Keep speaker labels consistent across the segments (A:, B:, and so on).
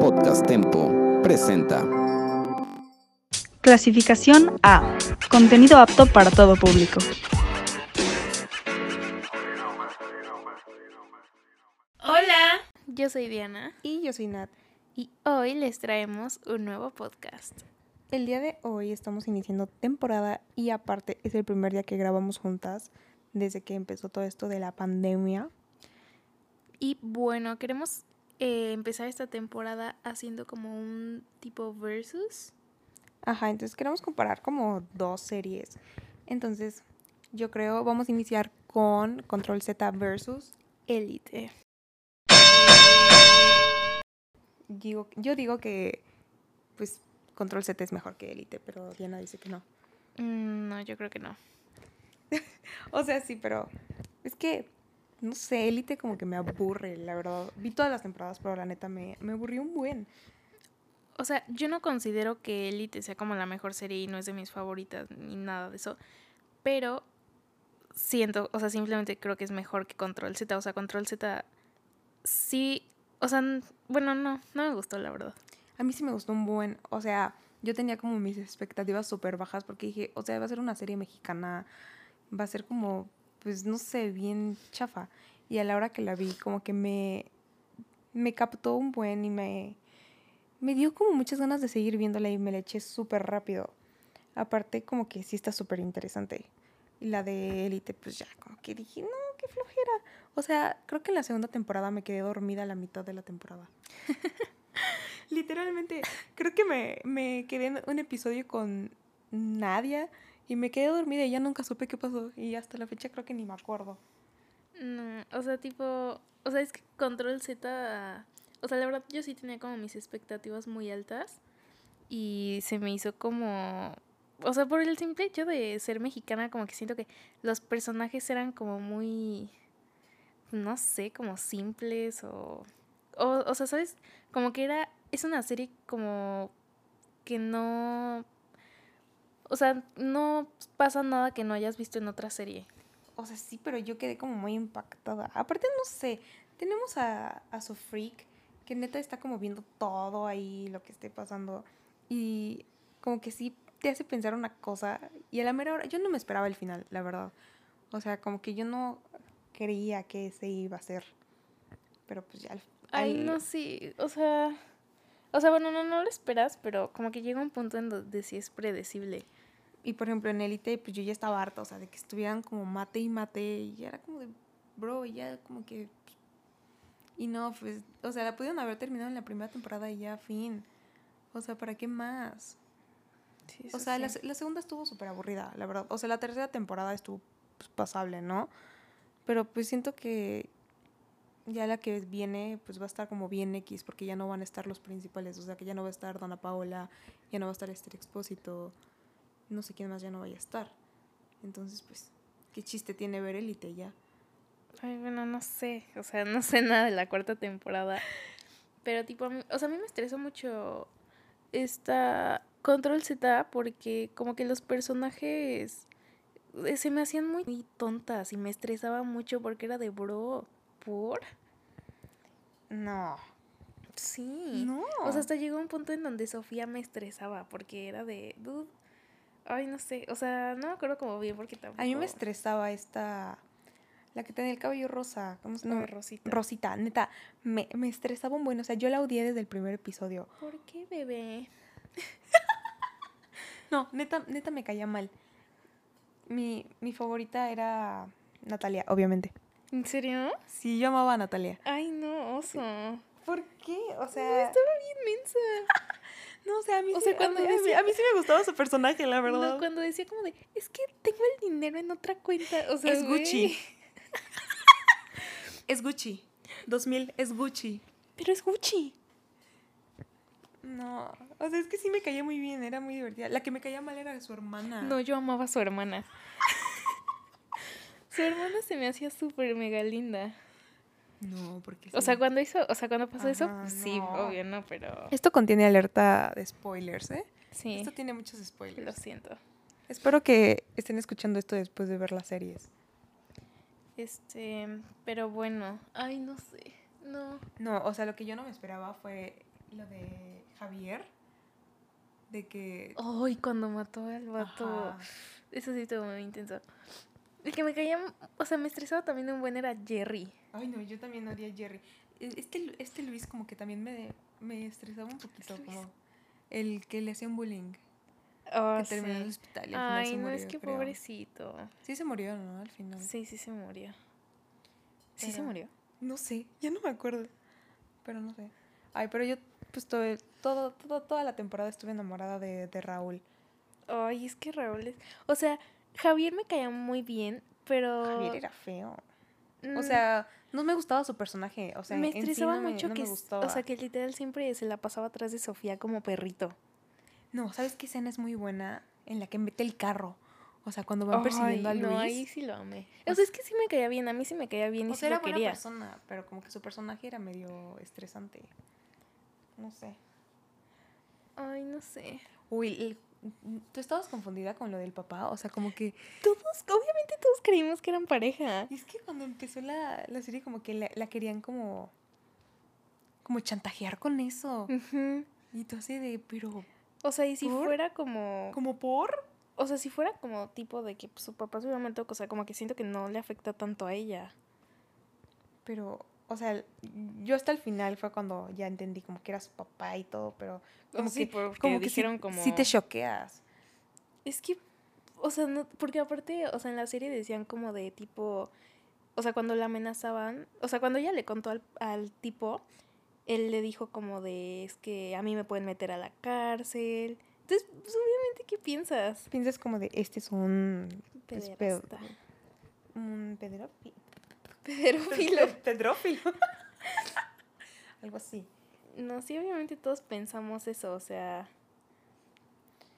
A: Podcast Tempo presenta.
B: Clasificación A. Contenido apto para todo público.
C: Hola, yo soy Diana
D: Y yo soy Nat.
C: y hoy les traemos un nuevo podcast.
D: El día de hoy estamos iniciando temporada y aparte es el primer día que grabamos juntas desde que empezó todo esto de la pandemia.
C: Y bueno, queremos eh, empezar esta temporada haciendo como un tipo versus.
D: Ajá, entonces queremos comparar como dos series. Entonces, yo creo vamos a iniciar con Control Z versus
C: Élite.
D: digo, yo digo que pues Control Z es mejor que Elite, pero Diana dice que no.
C: Mm, no, yo creo que no.
D: O sea, sí, pero es que, no sé, Elite como que me aburre, la verdad. Vi todas las temporadas, pero la neta me, me aburrió un buen.
C: O sea, yo no considero que Élite sea como la mejor serie y no es de mis favoritas ni nada de eso. Pero siento, o sea, simplemente creo que es mejor que Control Z. O sea, Control Z sí, o sea, n- bueno, no, no me gustó la verdad.
D: A mí sí me gustó un buen, o sea, yo tenía como mis expectativas súper bajas porque dije, o sea, va a ser una serie mexicana, va a ser como, pues no sé, bien chafa. Y a la hora que la vi, como que me, me captó un buen y me, me dio como muchas ganas de seguir viéndola y me la eché súper rápido. Aparte, como que sí está súper interesante. Y la de Elite, pues ya, como que dije, no, qué flojera. O sea, creo que en la segunda temporada me quedé dormida a la mitad de la temporada. Literalmente, creo que me, me quedé en un episodio con Nadia y me quedé dormida y ya nunca supe qué pasó. Y hasta la fecha creo que ni me acuerdo.
C: No, o sea, tipo, o sea, es que Control Z, o sea, la verdad yo sí tenía como mis expectativas muy altas y se me hizo como, o sea, por el simple hecho de ser mexicana, como que siento que los personajes eran como muy, no sé, como simples o, o, o sea, ¿sabes? Como que era, es una serie como que no, o sea, no pasa nada que no hayas visto en otra serie.
D: O sea, sí, pero yo quedé como muy impactada. Aparte, no sé, tenemos a, a su freak que neta está como viendo todo ahí, lo que esté pasando. Y como que sí te hace pensar una cosa. Y a la mera hora, yo no me esperaba el final, la verdad. O sea, como que yo no creía que se iba a hacer. Pero pues ya al,
C: Ay,
D: al-
C: no, sí, o sea, o sea, bueno, no, no lo esperas, pero como que llega un punto en donde sí es predecible.
D: Y por ejemplo, en Elite, pues yo ya estaba harta, o sea, de que estuvieran como mate y mate, y ya era como de, bro, y ya como que. Y no, pues, o sea, la pudieron haber terminado en la primera temporada y ya, fin. O sea, ¿para qué más? O sea, la, se- la segunda estuvo súper aburrida, la verdad. O sea, la tercera temporada estuvo pues, pasable, ¿no? Pero pues siento que ya la que viene, pues va a estar como bien X, porque ya no van a estar los principales. O sea, que ya no va a estar Dana Paola, ya no va a estar Esther Expósito, no sé quién más ya no vaya a estar. Entonces, pues, ¿qué chiste tiene ver Élite ya?
C: Ay, bueno, no sé, o sea, no sé nada de la cuarta temporada, pero tipo, a mí- o sea, a mí me estresó mucho esta Control Z porque como que los personajes eh, se me hacían muy, muy tontas y me estresaba mucho porque era de bro, ¿por?
D: No.
C: Sí.
D: No.
C: O sea, hasta llegó un punto en donde Sofía me estresaba porque era de, dude, ay, no sé, o sea, no me acuerdo como bien porque tampoco.
D: A mí me estresaba esta. La que tenía el cabello rosa. ¿Cómo se
C: No,
D: llama?
C: Rosita.
D: Rosita, neta. Me, me estresaba un buen. O sea, yo la odié desde el primer episodio.
C: ¿Por qué, bebé?
D: No, neta, neta me caía mal. Mi, mi favorita era Natalia, obviamente.
C: ¿En serio?
D: Sí, yo amaba a Natalia.
C: Ay, no, oso. Bien
D: ¿Por qué? O sea,
C: mensa.
D: no, o sea, a mí,
C: o
D: sí,
C: sea,
D: a,
C: cuando
D: mí, a mí-
C: decía-
D: a mí sí me gustaba su personaje, la
C: No,
D: verdad.
C: cuando decía como de, es que tengo el dinero en otra cuenta, o sea,
D: es Gucci.
C: güey,
D: es Gucci. 2000, es Gucci.
C: Pero es Gucci.
D: No, o sea, es que sí me caía muy bien, era muy divertida. La que me caía mal era su hermana.
C: Ah. No, yo amaba a su hermana. su hermana se me hacía súper mega linda.
D: no porque
C: O
D: sí.
C: sea, cuando hizo, o sea, cuando pasó eso,
D: Ajá,
C: sí,
D: no.
C: obvio, no, pero
D: Esto contiene alerta de spoilers, ¿eh?
C: sí,
D: Esto tiene muchos spoilers.
C: lo siento.
D: Espero que estén escuchando esto después de ver las series.
C: Este, pero bueno, ay, no sé. No.
D: No, o sea, lo que yo no me esperaba fue lo de Javier. De que.
C: Ay, cuando mató al vato.
D: Ajá.
C: Eso sí estuvo muy intenso. El que me caía, o sea, me estresaba también un buen era Jerry.
D: Ay, no, yo también odié a Jerry. E- Este, Lu- este Luis, como que también me, me estresaba un poquito.
C: Este Luis.
D: Como el que le hacían bullying.
C: Ah,
D: que terminó en el
C: sí.
D: hospital. y al final
C: Ay,
D: se
C: no,
D: murió,
C: es que
D: creo.
C: pobrecito.
D: Sí, se murió, ¿no? Al final.
C: Sí, sí se murió. Sí se
D: Pero-
C: murió.
D: No sé, ya no me acuerdo. Pero no sé. Ay, pero yo, pues todo, todo, todo- toda la temporada estuve enamorada de, de Raúl.
C: Ay, es que Raúl es... O sea, Javier me caía muy bien, pero...
D: Javier era feo. O
C: mm,
D: sea, no me gustaba su personaje. O sea,
C: me
D: en sí
C: estresaba
D: no me-
C: mucho
D: no
C: que...
D: me
C: s-
D: gustaba.
C: O sea, que literal siempre se la pasaba atrás de Sofía como perrito.
D: No, ¿sabes qué escena es muy buena? En la que mete el carro. O sea, cuando van persiguiendo
C: Ay,
D: a Luis.
C: No, ahí sí lo amé. O sea, es que sí me caía bien, a mí sí me caía bien y
D: o
C: sí
D: sea, era
C: lo
D: buena
C: quería.
D: persona, pero como que su personaje era medio estresante. No sé.
C: Ay, no sé.
D: Uy, el- tú estabas confundida con lo del papá. O sea, como que
C: Todos, obviamente todos creímos que eran pareja.
D: Y es que cuando empezó la, la serie como que la, la querían como como chantajear con eso.
C: Ujú.
D: Y tú así de, pero
C: O sea, y si
D: ¿Por?
C: fuera como...
D: como por
C: O sea, si fuera como tipo de que pues, su papá seguramente, o sea, como que siento que no le afecta tanto a ella.
D: pero o sea, yo hasta el final fue cuando ya entendí como que era su papá y todo, pero como
C: Oh, sí,
D: que
C: porque
D: como que
C: dijeron
D: sí,
C: como-
D: sí te choqueas.
C: Es que, o sea, no, porque aparte, o sea, en la serie decían como de tipo, o sea, cuando la amenazaban, o sea, cuando ella le contó al, al tipo, él le dijo como de, es que a mí me pueden meter a la cárcel. Entonces, pues, obviamente, ¿qué piensas?
D: Piensas como de este es un pues, pedo-
C: Pederasta.
D: un pedrofi- Pues,
C: Pedrófilo.
D: pedrófilo. Algo así.
C: No, sí, obviamente todos pensamos eso, o sea...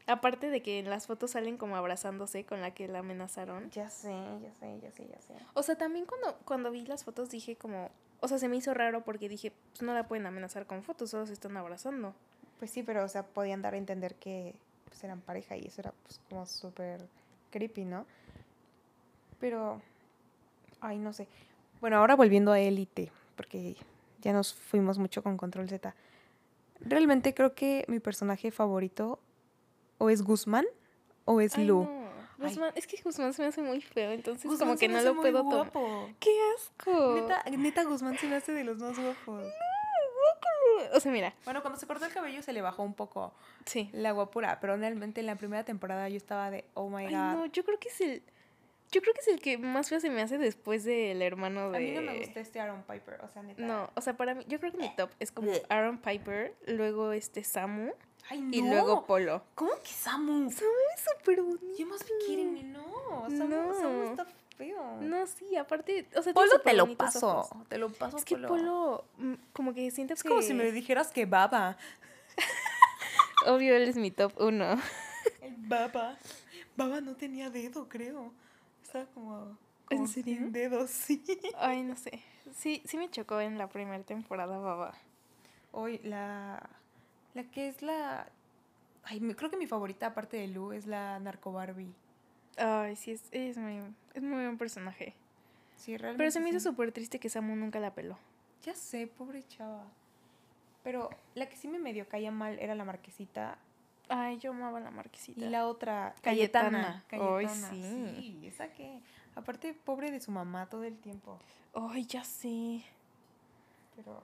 C: Aparte de que en las fotos salen como abrazándose con la que la amenazaron.
D: Ya sé, ya sé, ya sé, ya sé.
C: O sea, también cuando, cuando vi las fotos dije como, o sea, se me hizo raro porque dije, pues no la pueden amenazar con fotos, solo se están abrazando.
D: Pues sí, pero, o sea, podían dar a entender que pues, eran pareja y eso era pues, como súper creepy, ¿no? Pero, ay, no sé. Bueno, ahora volviendo a Elite, porque ya nos fuimos mucho con Control Z. Realmente creo que mi personaje favorito o es Guzmán o es
C: Ay,
D: Lu.
C: no. Guzmán, es que Guzmán se me hace muy feo, entonces como
D: Guzmán se
C: que
D: me
C: no
D: hace
C: lo
D: muy
C: puedo tomar.
D: guapo.
C: ¡Qué asco!
D: Neta, neta, Guzmán se me hace de los más guapos.
C: O sea, mira,
D: Bueno, cuando se cortó el cabello se le bajó un poco
C: sí.
D: la guapura, pero realmente en la primera temporada yo estaba de, oh my
C: Ay,
D: god.
C: no, yo creo que es el... Yo creo que es el que más feo se me hace después del hermano de...
D: A mí no me gusta este Aaron Piper, o sea, neta.
C: No, o sea, para mí, yo creo que mi top es como Aaron Piper, luego este Samu
D: Ay, no.
C: y luego Polo.
D: ¿Cómo que
C: Samu
D: Samu?
C: es súper bonito.
D: You must be kidding me, no. Samu,
C: No.
D: Samu está feo.
C: No, sí, aparte, o sea, tiene
D: Polo te
C: súper
D: lo
C: bonitos
D: paso.
C: ojos.
D: Te lo paso,
C: Es que Polo, mm, como que siento
D: Es
C: que...
D: como si me dijeras que Baba.
C: Obvio, él es mi top uno.
D: El Baba. Baba no tenía dedo, creo. Estaba como.
C: ¿En
D: como
C: serio?
D: Sin dedos, sí.
C: Ay, no sé. Sí, sí me chocó en la primera temporada, baba.
D: Hoy, la. La que es la. Ay, me- creo que mi favorita, aparte de Lu, es la Narco Barbie.
C: Ay, sí, es, es muy, es muy buen personaje.
D: Sí, realmente.
C: Pero se me hizo
D: sí.
C: súper triste que Samu nunca la peló.
D: Ya sé, pobre chava. Pero la que sí me medio caía mal era la marquesita.
C: Ay, yo amaba a la marquesita.
D: Y la otra,
C: Cayetana.
D: Cayetana.
C: Ay, sí.
D: sí. esa que. Aparte, pobre de su mamá todo el tiempo.
C: Ay, ya sé.
D: Pero.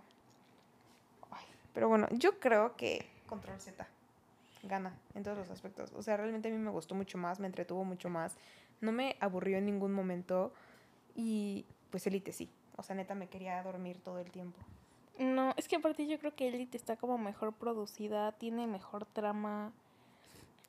D: ay, Pero bueno, yo creo que Control Z gana en todos los aspectos. O sea, realmente a mí me gustó mucho más, me entretuvo mucho más. No me aburrió en ningún momento. Y pues Elite sí. O sea, neta me quería dormir todo el tiempo.
C: No, es que aparte yo creo que Elite está como mejor producida, tiene mejor trama.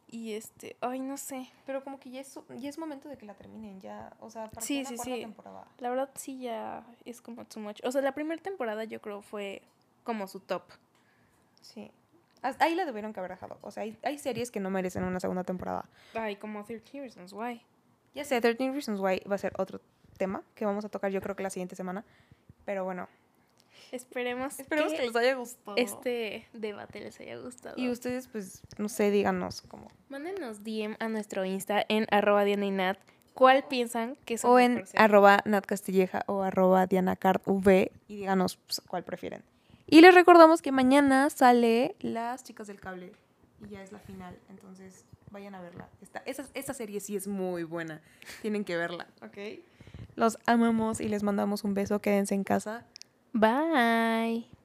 C: Y este, ay, no sé.
D: Pero como que ya es, ya es momento de que la terminen, ya. O sea, para
C: Sí,
D: una
C: sí,
D: cuarta
C: sí.
D: temporada.
C: La verdad sí ya es como too much. O sea, la primera temporada yo creo fue como su top.
D: Sí. Hasta Ahí la debieron que haber dejado. O sea, hay, hay series que no merecen una segunda temporada.
C: Ay, como 13 Reasons Why.
D: Ya sé, 13 Reasons Why va a ser otro tema que vamos a tocar yo creo que la siguiente semana. Pero bueno.
C: Esperemos,
D: Esperemos que,
C: que,
D: les haya gustado.
C: este debate les haya gustado.
D: Y ustedes, pues, no sé, díganos como
C: Mándenos DM a nuestro Insta en arroba Diana y Nat ¿Cuál piensan que son
D: O en
C: mejor serie?
D: arroba Nat Castilleja o arroba DianaCardV y díganos pues, cuál prefieren. Y les recordamos que mañana sale Las Chicas del Cable y ya es la final, entonces vayan a verla. Esta, esa, esa serie sí es muy buena, tienen que verla, ¿ok? Los amamos y les mandamos un beso, quédense en casa.
C: Bye.